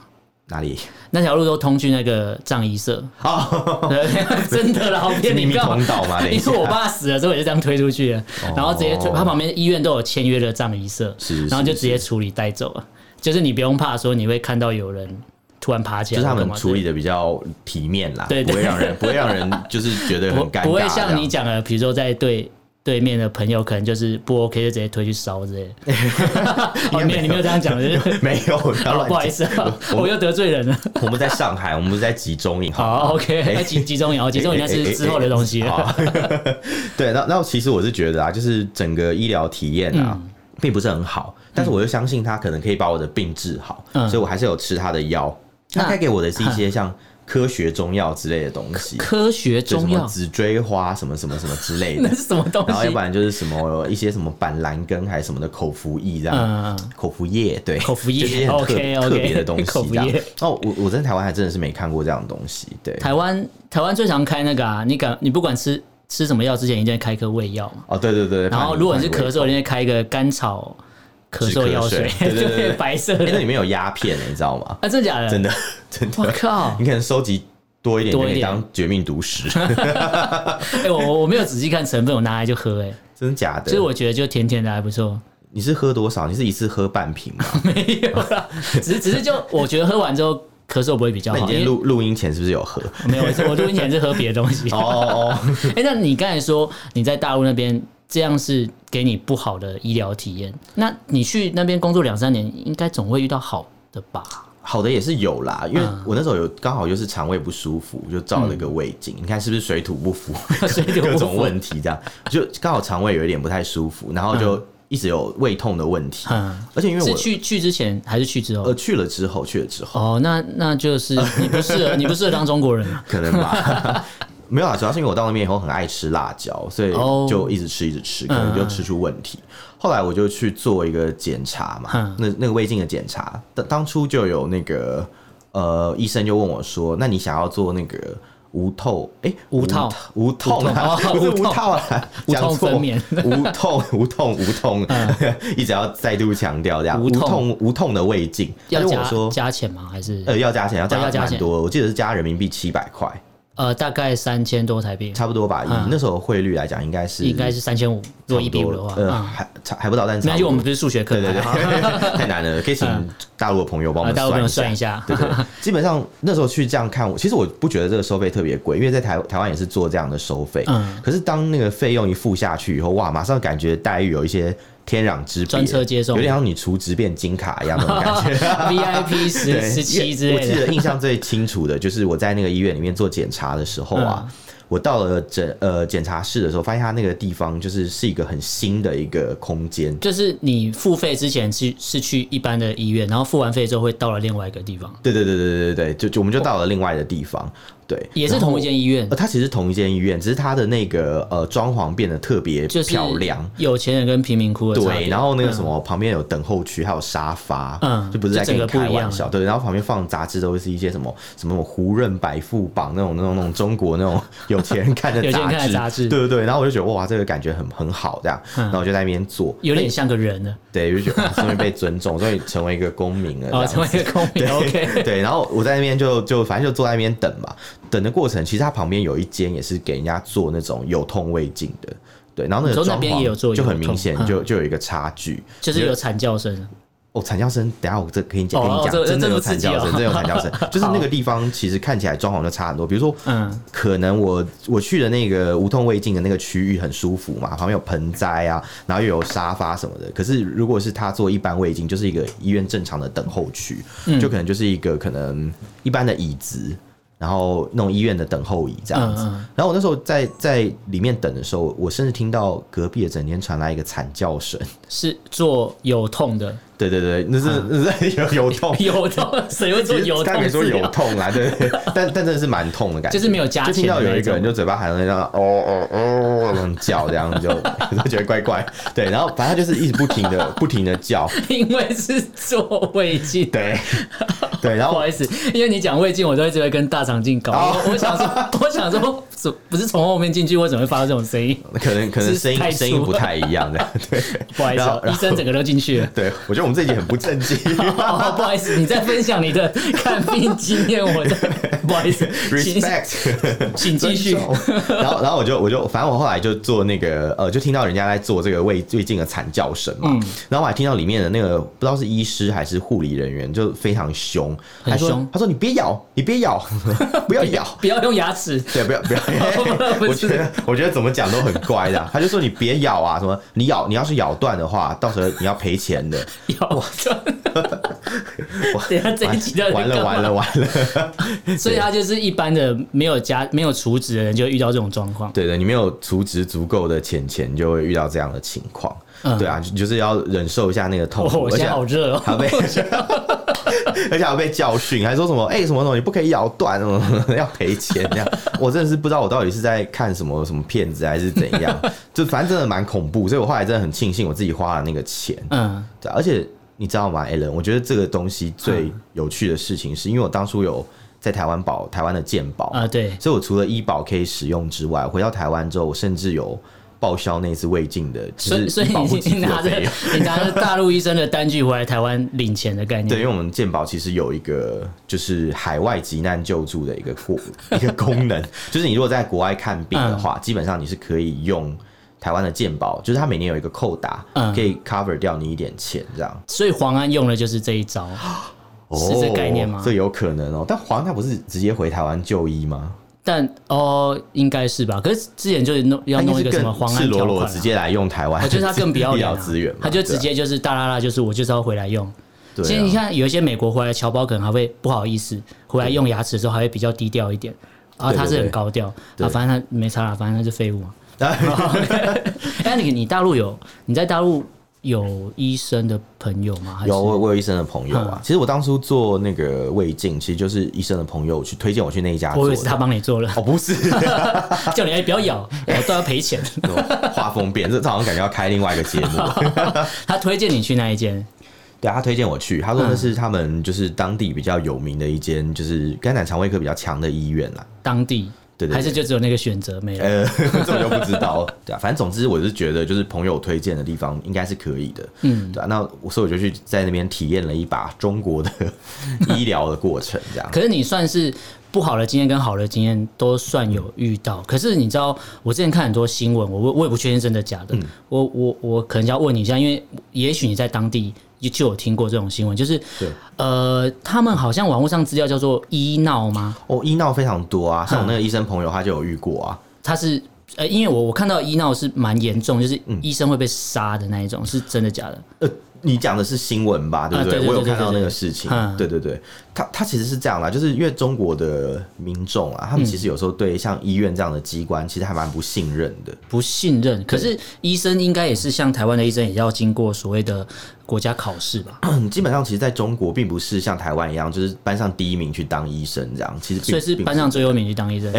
S2: 哪里
S1: 那条路都通去那个藏医社，
S2: 哦，
S1: 对真的啦，我
S2: 是
S1: 骗
S2: 秘
S1: 你
S2: 密
S1: 干嘛
S2: 通？道嘛，等一
S1: 因
S2: 下
S1: 为我爸死了之后，我就这样推出去了，然后直接推他旁边医院都有签约的葬仪社，
S2: 是是
S1: 然后就是直接处理带走了，就是你不用怕说你会看到有人突然爬起
S2: 就
S1: 来
S2: 是
S1: 或
S2: 他
S1: 干嘛之类的，
S2: 们处理的比较体面啦，
S1: 对
S2: 不
S1: 对
S2: 会让人不会让人就是觉得很
S1: 不
S2: 尴尬，
S1: 不会像
S2: 这样
S1: 你讲的，比如说在对对面的朋友可能就是不 OK 就直接推去烧之类的。哦，没有，你没有这样讲，就是
S2: 没 有，不要
S1: 好了，
S2: 乱讲
S1: 不好意思啊，
S2: 我
S1: 我又得罪人了。
S2: 我们在上海，我们不是在集中营，好吗
S1: 好，OK，
S2: 哎
S1: 那集集中营，哦集中营那
S2: 哎哎哎
S1: 是之后的东西。
S2: 好 对，那那其实我是觉得啊，就是整个医疗体验啊，
S1: 嗯
S2: 并不是很好，但是我又相信他可能可以把我的病治好，
S1: 嗯
S2: 所以我还是有吃他的药。
S1: 那
S2: 他该给我的是一些像科学中药之类的东西，
S1: 科学
S2: 就什
S1: 中
S2: 么
S1: 药，
S2: 紫锥花什么什么什么之类的
S1: 那。是什么东
S2: 然后要
S1: 西
S2: 不？然就是什么一些什么板蓝根还是什么的口服液这样，
S1: 嗯
S2: 口服液对，
S1: 口服液
S2: 就是一些很特
S1: OK，OK，
S2: 特别的东西
S1: 口服
S2: 这样
S1: 液。
S2: 哦，我我真的台湾还真的是没看过这样的东西，对。
S1: 台湾台湾最常开那个啊，你敢你不管吃吃什么药之前，一定会开一颗胃药嘛。
S2: 哦，对对对，对
S1: 然后如果你是咳，
S2: 怕
S1: 嗽，一定会开一个甘草咳嗽药水，
S2: 止咳水对对 对对
S1: 白色
S2: 你哎那
S1: 的。
S2: 里面有鸦片欸，你知道 吗？
S1: 啊，真的假的？
S2: 真的真
S1: 我
S2: 的，
S1: 靠！
S2: 你可能收集多一点，
S1: 多
S2: 就
S1: 一
S2: 可以
S1: 点
S2: 当绝命毒 师，
S1: 哎、我我我没有仔细看成分，我拿来就喝、哎，
S2: 真的假的？
S1: 所以我觉得就甜甜的还不错，
S2: 你是喝多少？你是一次喝半瓶吗？
S1: 没有啦，只是只是就我觉得喝完之后咳嗽不会比较
S2: 那你
S1: 好，
S2: 今天
S1: 因为
S2: 录录音前是不是 有喝？
S1: 没有，我是我录音前是喝别的东西。
S2: 哦哦哦，
S1: 哎、那你刚才说你在大陆那边这样是给你不好的医疗体验，那你去那边工作两三年，应该总会遇到好的吧？
S2: 好的也是有啦，因为
S1: 嗯
S2: 我那时候有刚好就是肠胃不舒服，就照了个胃镜，你看是不是水土 不服，
S1: 嗯水土不服
S2: 各种问题这样，就刚好肠胃有一点不太舒服，然后就一直有胃痛的问题，
S1: 嗯，
S2: 而且因为
S1: 是
S2: 我
S1: 去去之前还是去之后
S2: 呃？去了之后去了之后，
S1: 哦，那那就是你不适合，你不适合当中 国人。
S2: 可能 吧。没有啊，主要是因为我到那边以后很爱吃辣椒，所以
S1: 哦嗯
S2: 就一直吃一直吃，可能就吃出问题。后来我就去做一个检查嘛，
S1: 嗯
S2: 那那个胃镜的检查，当当初就有那个呃医生就问我说，那你想要做那个无透哎、
S1: 无套
S2: 无痛啊
S1: 无痛哦
S2: 不是
S1: 无
S2: 无
S1: 痛
S2: 套啊，
S1: 无痛
S2: 讲错
S1: 分娩嗯
S2: 无痛无痛无痛， 一直要再度强调这样
S1: 无
S2: 无
S1: 痛
S2: 痛无痛的胃镜，他
S1: 要
S2: 就问我
S1: 加
S2: 说。
S1: 加钱吗？还是
S2: 呃，要加钱，要
S1: 要
S2: 加
S1: 加
S2: 蛮
S1: 钱
S2: 多的，我记得是加人民币七百块，
S1: 呃，大概三千多台币，
S2: 差不多吧，以
S1: 嗯
S2: 那时候汇率来讲，应该是
S1: 应该是三千五，如果一
S2: 差不
S1: 比
S2: 多
S1: 五的话，
S2: 呃，
S1: 嗯，
S2: 还差还不到，但是
S1: 没关
S2: 差
S1: 系，
S2: 不
S1: 我
S2: 多
S1: 们不是数学课，
S2: 对对对，
S1: 还好
S2: 太难 了，可以请大陆的朋友帮
S1: 啊，
S2: 我们
S1: 大家不
S2: 算一
S1: 用
S2: 下
S1: 算一。下，
S2: 对对， 对基本上那时候去这样看，我其实我不觉得这个收费特别贵，因为在台台湾也是做这样的收费。
S1: 嗯
S2: 可是当那个费用一付下去以后，哇，马上感觉待遇有一些天壤之别，
S1: 专车接送
S2: 有点像你储值变金卡一样那种 感觉。
S1: VIP
S2: 对
S1: 十十七之
S2: 因为我
S1: 类
S2: 记
S1: 的，
S2: 得印象最清楚的就是我在那个医院里面做检查的时候
S1: 嗯
S2: 啊，我到了诊呃检查室的时候，发现它那个地方就是是一个很新的一个空间。
S1: 就是你付费之前是是去一般的医院，然后付完费之后会到了另外一个地方，
S2: 对对对对对对对，就就我们就到了另外的地方，对，
S1: 也是
S2: 然后
S1: 同一。间医院
S2: 呃，，它其实是同一间医院，只是它的那个呃装潢变得特别
S1: 就是
S2: 呃漂亮，
S1: 有钱人跟贫民窟的差
S2: 对，
S1: 别
S2: 然后那个什么、旁边有等候区，还有沙发，
S1: 嗯
S2: 就不是在跟
S1: 就
S2: 你
S1: 整个
S2: 开
S1: 不一样
S2: 玩笑，对，然后旁边放杂志都是一些什么什么胡润百富榜那种那种那种中国那种有钱人看 的
S1: 有钱人
S2: 杂
S1: 看的
S2: 志，
S1: 杂志嗯
S2: 对对对，然后我就觉得哇，这个感觉很很好这样，然后我就在那边做，
S1: 有点像个人了，
S2: 对，就觉得哇 啊终于被尊重，终于成为一个公民了，这
S1: 哦，
S2: 样
S1: 成为一个公 民，OK，
S2: 对，然后我在那边就就反正就坐在那边等嘛，等的过程其实它旁边有一间也是给人家做那种有痛胃镜的，对，然后那
S1: 你说
S2: 个
S1: 那
S2: 装
S1: 边也有做
S2: 潢就很
S1: 有
S2: 明
S1: 痛
S2: 显
S1: 嗯
S2: 就就有一个差距，
S1: 就是
S2: 你
S1: 有惨叫声，
S2: 哦，惨叫声，等一下我这跟你讲，跟
S1: 哦
S2: 你讲，
S1: 这
S2: 真的
S1: 这
S2: 有
S1: 么
S2: 惨
S1: 刺激
S2: 叫
S1: 哦
S2: 声，真的有惨叫声， 就是那个地方其实看起来装潢就差很多。比如说，
S1: 嗯
S2: 可能我我去的那个无痛胃镜的那个区域很舒服嘛，旁边有盆栽啊，然后又有沙发什么的。可是如果是他做一般胃镜，就是一个医院正常的等候区，
S1: 嗯
S2: 就可能就是一个可能一般的椅子。然后那种医院的等候椅这样子，
S1: 嗯嗯
S2: 然后我那时候在在里面等的时候，我甚至听到隔壁的整天传来一个惨叫声，
S1: 是做有痛的，
S2: 对对对，那是、
S1: 啊
S2: 那是有有痛
S1: 有痛，谁会做
S2: 其实
S1: 有
S2: 他
S1: 痛
S2: 没说
S1: 治
S2: 有
S1: 疗？
S2: 痛 啦，对，对对但但真的是蛮痛的感觉，
S1: 就是没有加
S2: 就听
S1: 钱的
S2: 到有
S1: 那
S2: 一个人
S1: 种
S2: 就嘴巴含着那样哦哦哦那种叫，这样就 就觉得怪怪，对，然后反正他就是一直不停的不停的叫，
S1: 因为是做胃镜，
S2: 对对，然
S1: 不
S2: 后
S1: 好意思，因为你讲胃镜，我都一直会跟大肠镜搞。
S2: 哦
S1: 我我想说， 我想说，怎不是从后面进去，为什么会发出这种声音？
S2: 可能可能
S1: 是
S2: 声
S1: 太
S2: 音
S1: 粗
S2: 声音不太一样的，对
S1: 不好意思
S2: 然后
S1: 哦，医
S2: 然后
S1: 生整个都进去了。
S2: 对，我就得我们这集很不正经。
S1: 哦，不好意思，你在分享你的看病经验，我 在不好意思 请
S2: Respect，
S1: 请继续。
S2: 然后，然后我就我就反正我后来就做那个呃，就听到人家在做这个胃胃镜的惨叫声
S1: 嗯
S2: 嘛，然后我还听到里面的那个不知道是医师还是护理人员，就非常凶，
S1: 很
S2: 他说
S1: 凶
S2: 他说你别咬， 你别咬，不要 咬。
S1: 不要用牙齿，，
S2: 对，不要不要
S1: 不
S2: 我
S1: 是
S2: 觉得我觉得怎么讲都很乖的啊、 他就说你别咬啊，什么你咬你要是咬断的话，到时候你要赔 钱的。
S1: 咬断。等一下这一集到底
S2: 完了
S1: 干嘛
S2: 完了完了，
S1: 所以他就是一般的没有加没有厨子的人就会遇到这种状况。
S2: 对的，你没有储值足够的钱钱，你就会遇到这样的情况。对啊，就就是要忍受一下那个痛
S1: 嗯哦，
S2: 苦，
S1: 我
S2: 而
S1: 现
S2: 且
S1: 在好热
S2: 还
S1: 哦。
S2: 被， 而且还被教训，还说什么哎、什么什么你不可以咬断，什么什么要 赔钱这样。我真的是不知道我到底是在看什么什么片子还是怎样，就反正真的蛮恐怖，所以我后来真的很庆幸我自己花了那个钱。
S1: 嗯，
S2: 对，啊而且你知道吗，Allen？我觉得这个东西最
S1: 嗯
S2: 有趣的事情是，因为我当初有在台湾保台湾的健保
S1: 啊对
S2: 所以我除了医保可以使用之外，回到台湾之后，我甚至有报销那次胃镜的，
S1: 所以
S2: 就是
S1: 所以
S2: 医保不
S1: 你
S2: 给
S1: 你
S2: 付的
S1: 拿着
S2: 费用
S1: 你拿着大陆医生的单据回来台湾领钱的概念。
S2: 对，因为我们健保其实有一个就是海外急难救助的一个 过一个功能，就是你如果在国外看病的
S1: 嗯
S2: 话，基本上你是可以用台湾的健保，就是它每年有一个扣打，
S1: 嗯
S2: 可以 cover 掉你一点钱这样。
S1: 所以黄安用的就是这一招，是这概念吗
S2: 哦这有可能哦。但黄他不是直接回台湾就医吗？
S1: 但哦应该是吧？可是之前就是弄要
S2: 他应该
S1: 弄一
S2: 是
S1: 个什么黄
S2: 更赤
S1: 安
S2: 裸
S1: 条
S2: 裸
S1: 款、
S2: 直
S1: 啊。
S2: 接来用台湾，
S1: 我觉得他更不 要
S2: 医
S1: 脸、
S2: 疗
S1: 啊
S2: 资源嘛，，
S1: 他就直接就是大啦啦，就是我就是要回来用。
S2: 对啊。
S1: 其实
S2: 对
S1: 你
S2: 啊
S1: 看，有一些美国回来侨胞可能还会不好意思，回来用牙齿的时候还会比较低调一点。啊，
S2: 对对
S1: 他是很
S2: 对
S1: 高调啊，
S2: 对
S1: 反正他没差啦，反正他是废物嘛。哎，你你大陆有你在大陆有医生的朋友 吗？还是
S2: 有我我有医生的朋友啊
S1: 嗯，
S2: 其实我当初做那个胃镜，其实就是医生的朋友去推荐我去那一家
S1: 我以
S2: 做
S1: 为是他
S2: 的。
S1: 帮你做 了，
S2: 哦，不是，
S1: 叫你哎不要咬，咬都要赔钱。
S2: 画风变，这好像感觉要开另外一个节目。
S1: 他推荐你去那一间，
S2: 对啊，他推荐我去，他说那是他们就是当地比较有名的一间，就是肝胆肠胃科比较强的医院啦。
S1: 当地
S2: 对对对
S1: 还是就只有那个选择没了。
S2: 呃， 这我就不知道。对啊，反正总之我是觉得，就是朋友推荐的地方应该是可以的。嗯，对啊，那我所以我就去在那边体验了一把中国的 医疗的过程，这样。
S1: 可是你算是不好的经验跟好的经验都算有遇到。可是你知道，我之前看很多新闻，我我我也不确定真的假的。我我我可能要问你一下，因为也许你在当地就就有听过这种新闻，就是
S2: 对
S1: 呃，他们好像网络上资料叫做医闹吗？
S2: 哦，医闹非常多
S1: 嗯
S2: 啊，像我那个医生朋友他就有遇过啊。
S1: 它是。呃，因为我我看到医闹是蛮严重，就是医生会被杀的那一种，是真的假的？
S2: 呃，你讲的是新闻吧，对不
S1: 啊对对
S2: 我有
S1: 对对
S2: 看到那
S1: 对
S2: 个事情
S1: 嗯，
S2: 对对对，他他其实是这样啦，就是因为中国的民众
S1: 嗯
S2: 啊，他们其实有时候对像医院这样的机关，其实还蛮不信任的。
S1: 不信任，可是医生应该也是像台湾的医生，也要经过所谓的国家考试吧？
S2: 基本上，其实在中国并不是像台湾一样，就是班上第一名去当医生这样，其实并
S1: 所以是
S2: 并不
S1: 班上最嗯优名去当医生。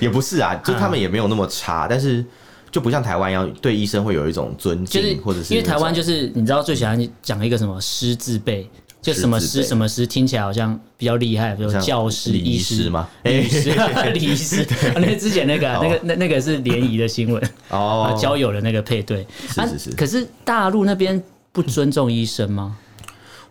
S2: 也不是啊，就他们也没有那么差，但是就不像台湾一样对医生会有一种尊敬，
S1: 就是
S2: 或者是
S1: 因为台湾
S2: 那种
S1: 就是你知道最喜欢讲一个什么师字辈，就什么
S2: 师字
S1: 师
S2: 辈
S1: 什么师听起来好像比较厉害，比如
S2: 像
S1: 教师、
S2: 礼
S1: 医
S2: 仪
S1: 师嗯
S2: 师吗哎
S1: 礼仪师、 礼仪师，那之前那个啊
S2: 哦
S1: 那个那那个是联谊的新闻啊，
S2: 哦，
S1: 交友的那个配对
S2: 是
S1: 啊
S2: 是是，
S1: 可是大陆那边不尊重医生吗？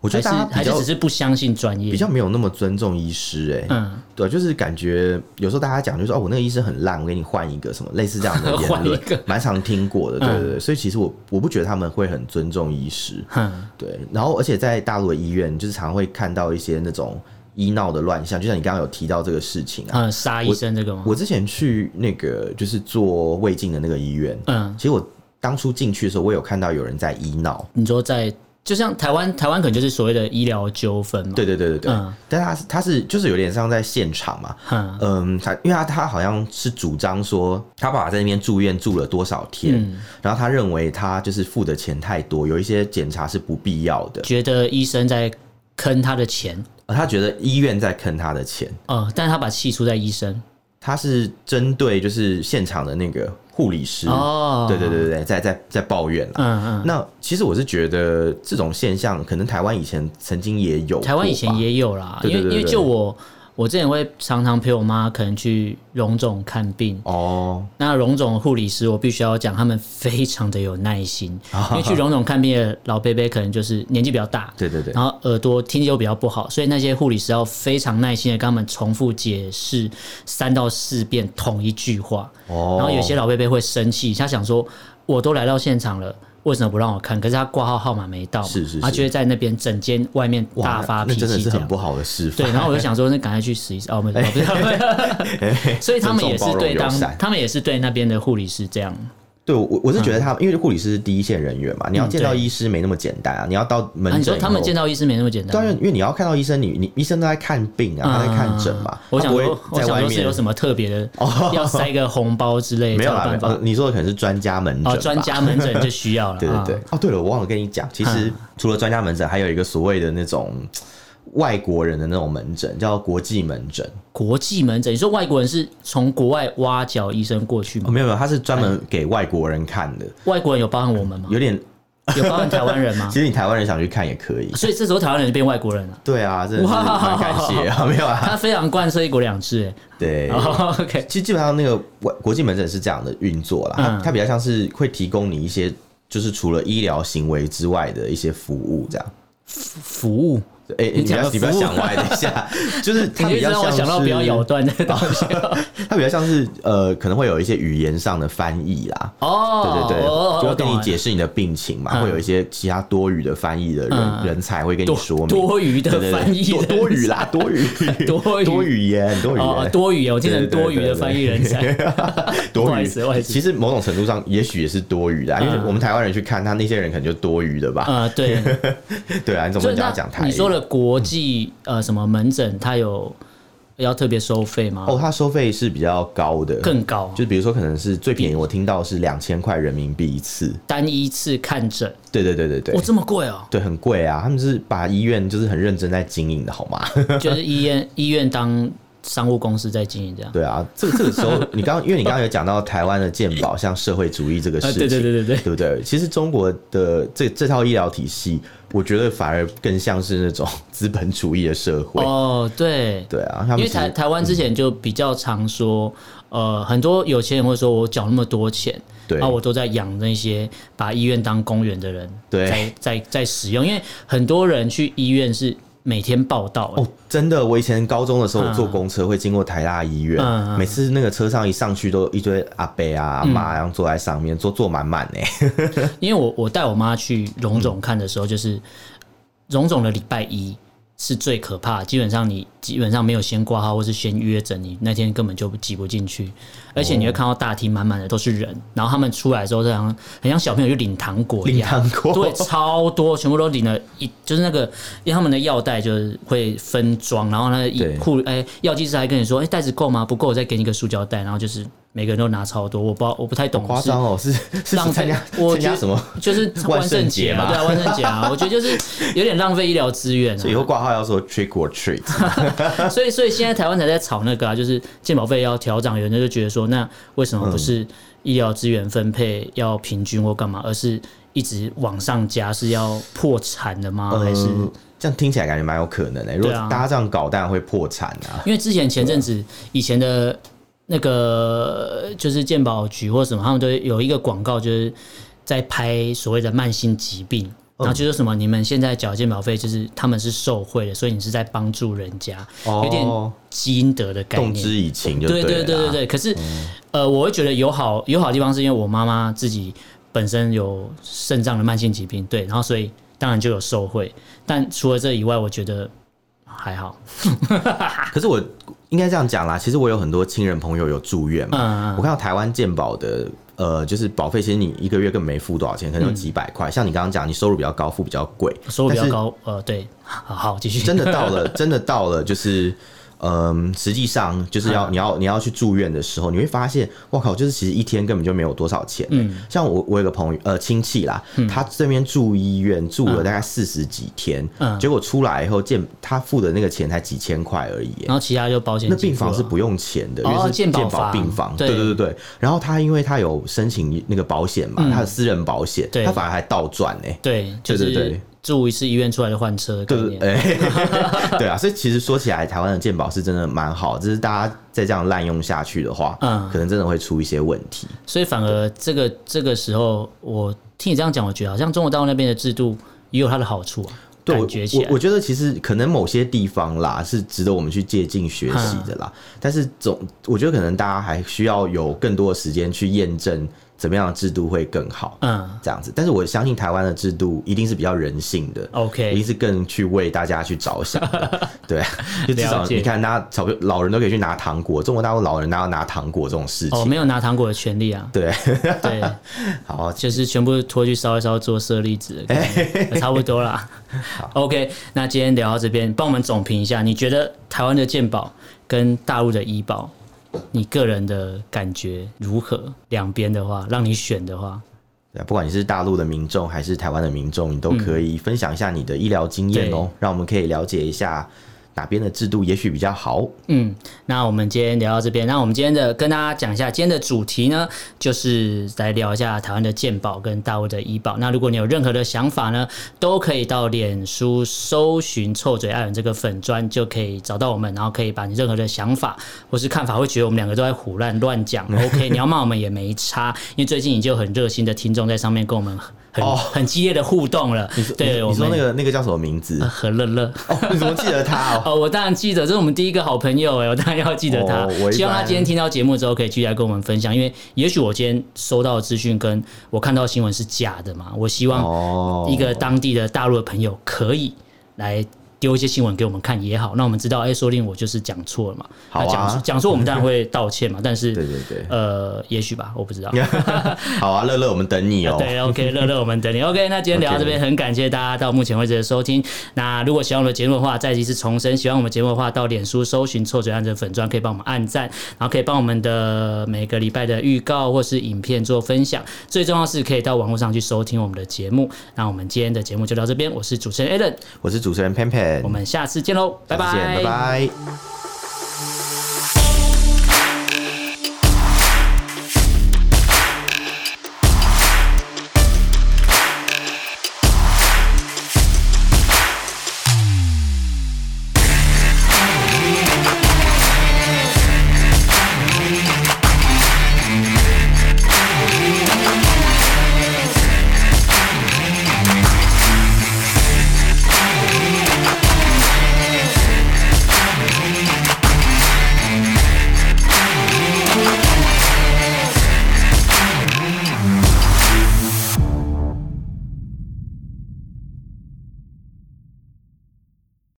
S2: 我觉
S1: 还
S2: 得
S1: 是
S2: 大家
S1: 还
S2: 比
S1: 是
S2: 较
S1: 只是不相信专业
S2: 比？较没有那么尊重医师、欸，哎、
S1: 嗯，
S2: 对，就是感觉有时候大家讲就是哦，我那个医生很烂，我给你换一个什么类似这样的言
S1: 换一
S2: 论
S1: 个，嗯
S2: 蛮常听过的，对对对，所以其实我我不觉得他们会很尊重医师，
S1: 哼，
S2: 对，然后而且在大陆的医院，就是常会看到一些那种医闹的乱象，就像你刚刚有提到这个事情啊。
S1: 嗯，杀医生这个吗？
S2: 我之前去那个就是做胃镜的那个医院，
S1: 嗯，
S2: 其实我当初进去的时候，我有看到有人在医闹。
S1: 你说在就像台湾，台湾可能就是所谓的医疗纠纷嘛。
S2: 对，对对对对，
S1: 嗯
S2: 但他是他是就是有点像在现场嘛，
S1: 哼，
S2: 嗯，他因为他他好像是主张说他爸爸在那边住院住了多少天，
S1: 嗯
S2: 然后他认为他就是付的钱太多，有一些检查是不必要的，
S1: 觉得医生在坑他的钱。
S2: 呃他觉得医院在坑他的钱，
S1: 哦，但是他把气出在医生
S2: 他是针对就是现场的那个护理师，
S1: 哦，
S2: 对对，对对，在在在抱怨啦。
S1: 嗯嗯，
S2: 那其实我是觉得这种现象，可能台湾以前曾经也有过吧，
S1: 台湾以前也有啦，
S2: 对对对
S1: 因为因为
S2: 对
S1: 就我我之前会常常陪我妈可能去荣总看病，
S2: 哦，
S1: 那荣总护理师，我必须要讲，他们非常的有耐 心，因为去荣总看病的老伯伯可能就是年纪比较大，
S2: 啊对对对
S1: 然后耳朵听力又比较不好，所以那些护理师要非常耐心的跟他们重复解释三到四遍同一句话，
S2: 哦
S1: 然后有些老伯伯会生气，他想说，我都来到现场了。为什么不让我看？可是他挂号号码没到嘛，
S2: 是是是
S1: 他就会在那边整间外面
S2: 哦哇
S1: 大发
S2: 那
S1: 脾
S2: 那
S1: 气，这
S2: 真的
S1: 样
S2: 是很不好的示范。
S1: 对，然后我就想说，那赶快去试一试。哦，没有，不是没 有所以他们也是对
S2: 尊重包容友
S1: 当
S2: 善，
S1: 他们也是对那边的护理师这样。
S2: 对我我是觉得他，因为护理师是第一线人员嘛，你要见到
S1: 嗯对
S2: 医师没那么简单啊，你要到门
S1: 啊，你说
S2: 诊以后。
S1: 他们见到医师没那么简
S2: 当
S1: 单？
S2: 然，因为你要看到医生，你你医生都在看病啊，他在看诊嘛
S1: 嗯，我
S2: 他
S1: 想
S2: 不会
S1: 说，我
S2: 在
S1: 想
S2: 外
S1: 说是
S2: 面哦
S1: 有什么特别的，要塞个红包之类，
S2: 没有啦
S1: 才
S2: 没
S1: 办
S2: 有
S1: 法
S2: 呃。你说的可能是专家门诊吧
S1: 哦，专家门诊就需要了。
S2: 对对对
S1: 啊，。嗯
S2: 哦，对了，我忘了跟你讲，其实除了专家门诊，还有一个所谓的那种外国人的那种门诊，叫国际门诊。
S1: 国际门诊，你说外国人是从国外挖角医生过去
S2: 哦，
S1: 吗？
S2: 没有没有，他是专
S1: 哎
S2: 门给外国人看的，
S1: 外国人有包含我们吗？
S2: 有点。
S1: 有包含台湾人吗
S2: 其？实你台湾人想去看也可以。
S1: 所以这时候台湾人就变外国人了。
S2: 对啊，真的是蛮感谢啊，没有啊。
S1: 他非常贯彻一国两 制，
S2: 对
S1: 哎。 哦 OK，
S2: 其实基本上那个外国际门诊是这样的运作啦，它
S1: 嗯
S2: 它比较像是会提供你一些就是除了医疗行为之外的一些服务这样。
S1: 服务，
S2: 哎、
S1: 你
S2: 你不
S1: 讲
S2: 要
S1: 的
S2: 你不要
S1: 服务
S2: 想歪，等一 下，就是它
S1: 你就一
S2: 比
S1: 直
S2: 较
S1: 让
S2: 像
S1: 我
S2: 是
S1: 想到不要咬断这个东 西。
S2: 它比较像是呃，可能会有一些语言上的翻译啦。
S1: 哦，
S2: 对对
S1: 我
S2: 对，就
S1: 我
S2: 会跟
S1: 懂
S2: 你
S1: 了
S2: 解释你的病情嘛，
S1: 嗯
S2: 会有一些其他多余的翻译的人、
S1: 嗯
S2: 人才会跟你
S1: 多
S2: 说明
S1: 多余
S2: 对
S1: 的
S2: 对对
S1: 翻译
S2: 多
S1: 人
S2: 多语 啦，多语
S1: 多语
S2: 多语言多语
S1: 哦，哦
S2: 言
S1: 多余，我听 成
S2: 对对对
S1: 多余的翻译人 才。不
S2: 多
S1: 好意
S2: 余
S1: 思不好意，思
S2: 其实某种程度上也许也是多余的啊，因为
S1: 嗯
S2: 我们台湾人去看他那些人可能就多余的吧，
S1: 呃， 对，
S2: 对啊，你怎么
S1: 所以
S2: 能叫
S1: 那
S2: 他讲台语？嗯
S1: 你说了国际呃什么门诊，它有要特别收费吗？
S2: 哦，他收费是比较高的，
S1: 更高，
S2: 就比如说可能是最便宜，我听到是两千块人民币一次，
S1: 单一次看诊，
S2: 对对对对对！
S1: 哇，，这么贵哦
S2: 对，很贵啊，他们是把医院就是很认真在经营的好吗？
S1: 就是医院医院当商务公司在经营这样。
S2: 对啊，这个这个时候，你刚因为你刚刚有讲到台湾的健保像社会主义这个事
S1: 啊，
S2: 情，
S1: 对对对对对，
S2: 对不对？其实中国的这这套医疗体系，我觉得反而更像是那种资本主义的社会。
S1: 哦，对，
S2: 对啊，他
S1: 因
S2: 们
S1: 为
S2: 其实
S1: 台台湾之前就比较常说，呃，很多有钱人会说，我缴那么多钱，
S2: 对
S1: 啊，我都在养那些把医院当公园的人，
S2: 对
S1: 在在在使用，因为很多人去医院是每天报道、欸
S2: 哦，真的，我以前高中的时候，
S1: 嗯
S2: 我坐公车会经过台大医院，
S1: 嗯嗯
S2: 每次那个车上一上去都有一堆阿伯啊、阿妈，然后坐在上面，坐坐满满呢。
S1: 因为我我带我妈去荣总看的时候，就是荣总的礼拜一是最可怕的，基本上你基本上没有先挂号或是先约诊，你那天根本就挤不进去，而且你会看到大厅满满的都是人，然后他们出来之后，就像很像小朋友去领糖果一
S2: 领
S1: 样，
S2: 糖果
S1: 对，超多，全部都领了一，就是那个，因为他们的药袋就是会分装，然后呢，一
S2: 对
S1: 护哎药剂师还跟你说，哎、袋子够吗？不够，我再给你一个塑胶袋，然后就是每个人都拿超多，我不知道我不太懂
S2: 夸
S1: 是
S2: 张哦，是是
S1: 浪费
S2: 参加
S1: 我
S2: 参加
S1: 觉
S2: 什么？
S1: 就是万圣节嘛，
S2: 万圣
S1: 对啊，万
S2: 节嘛
S1: 圣节 啊，我觉得就是有点浪费医疗资源
S2: 以
S1: 啊。
S2: 后挂号要说 trick or treat，
S1: 所以，所以现在台湾才在吵那个啊，就是健保费要调涨，有人就觉得说，那为什么不是医疗资源分配要平均或干嘛，而是一直往上加，是要破产的吗？还是
S2: 嗯这样听起来感觉蛮有可能的、如果
S1: 对啊
S2: 大家这样搞，当然会破产啊。
S1: 因为之前前阵子以前的那个就是健保局或什么，他们都有一个广告，就是在拍所谓的慢性疾病。然后就说什么，你们现在缴健保费，就是他们是受贿的，所以你是在帮助人家，
S2: 哦
S1: 有点基因德的概
S2: 动之
S1: 念。
S2: 以情就
S1: 对
S2: 对
S1: 对对
S2: 了
S1: 对
S2: 啦。嗯
S1: 对。可是，呃，我会觉得有好有好的地方，是因为我妈妈自己本身有肾脏的慢性疾病，对，然后所以当然就有受贿。但除了这以外，我觉得还好。
S2: 可是我应该这样讲啦，其实我有很多亲人朋友有住院嘛，
S1: 嗯嗯
S2: 我看到台湾健保的。呃，就是保费，其实你一个月根本没付多少钱，可能有几百块。像你刚刚讲，你收入比较高，付比较贵，
S1: 收入比较
S2: 但是
S1: 高，呃，对，好，好继续。
S2: 真的到 了，真的到了，就是。嗯，实际上就是
S1: 嗯
S2: 要你要你要去住院的时候，你会发现，哇靠，就是其实一天根本就没有多少钱。嗯，像我我有个朋友呃亲戚啦，
S1: 嗯
S2: 他这边住医院住了大概四十几天，
S1: 嗯
S2: 结果出来以后见他付的那个钱才几千块而已耶，
S1: 然后其他就啊保险
S2: 那
S1: 给付了，
S2: 病房是不用钱的，因
S1: 哦
S2: 为是
S1: 健
S2: 健
S1: 保
S2: 保病
S1: 房
S2: 房。
S1: 对
S2: 对对对对。然后他因为他有申请那个保险嘛，他的私人保险
S1: 嗯对，
S2: 他反而还倒赚呢。欸
S1: 对，就
S2: 对对
S1: 是
S2: 对
S1: 住一次医院出来就换车的概
S2: 对
S1: 念。
S2: 哎， 对啊，所以其实说起来，台湾的健保是真的蛮好，只是大家再这样滥用下去的话，
S1: 嗯
S2: 可能真的会出一些问题。
S1: 所以反而这个这个时候，我听你这样讲，我觉得好像中国大陆那边的制度也有它的好处啊，
S2: 对，
S1: 感
S2: 我
S1: 觉起
S2: 我
S1: 来
S2: 我。觉得其实可能某些地方啦是值得我们去借鉴学
S1: 嗯
S2: 习的啦，但是总我觉得可能大家还需要有更多的时间去验证怎么样的制度会更好，
S1: 嗯
S2: 这样子。但是我相信台湾的制度一定是比较人性
S1: 嗯
S2: 的。一定
S1: ，OK，
S2: 是更去为大家去着想 的，对啊，就至少
S1: 了解
S2: 你看，大家小朋友老人都可以去拿糖果，中国大陆老人哪有拿糖果这种事
S1: 哦，
S2: 情？
S1: 没有拿糖果的权利啊，
S2: 对，
S1: 对，
S2: 好，
S1: 就是全部拖去烧一烧做舍利子的概念，
S2: 哎
S1: 差不多啦。OK，那今天聊到这边，帮我们总评一下，你觉得台湾的健保跟大陆的医保，你个人的感觉如何？两边的话，让你选的话，
S2: 对啊，不管你是大陆的民众还是台湾的民众，你都可以分享一下你的医疗经验哦、
S1: 嗯对
S2: 让我们可以了解一下哪边的制度也许比较好。
S1: 嗯，那我们今天聊到这边。那我们今天的跟大家讲一下，今天的主题呢，就是来聊一下台湾的健保跟大陆的医保。那如果你有任何的想法呢，都可以到脸书搜寻“臭嘴爱人”这个粉砖，就可以找到我们，然后可以把你任何的想法或是看法，会觉得我们两个都在胡乱乱讲。OK，你要 骂我们也没差，因为最近已经有很热心的听众在上面跟我们很、
S2: 哦
S1: 很激烈的互动了。对，我
S2: 你说
S1: 们
S2: 那个那个叫什么 名字？
S1: 呃何乐乐。
S2: 哦，你怎么记得他哦？
S1: 哦，我当然记得，这是我们第一个好朋友哎，我当然要记得他。
S2: 哦我一般
S1: 希望他今天听到节目之后，可以继续来跟我们分享，因为也许我今天收到的资讯跟我看到的新闻是假的嘛。我希望
S2: 哦，
S1: 一个当地的大陆的朋友可以来。丢一些新闻给我们看也好，那我们知道，哎、说不定我就是讲错了嘛。
S2: 好啊
S1: 那讲讲错我们当然会道歉嘛，但是
S2: 对对对
S1: 呃，也许吧，我不知道。
S2: 好啊，乐乐，我们等你哦。
S1: 呃对，OK，乐 乐，我们等你。OK，那今天聊到这边，很感谢大家到目前为止的收听。那如果喜欢我们的节目的话，再一次重申，喜欢我们节目的话，到脸书搜寻“臭嘴案的粉砖”，可以帮我们按赞，然后可以帮我们的每个礼拜的预告或是影片做分享。最重要是可以到网络上去收听我们的节目。那我们今天的节目就到这边，我是主持人 Allen，
S2: 我是主持人 Pan Pan，
S1: 我们下次见喽，
S2: 下次见拜拜。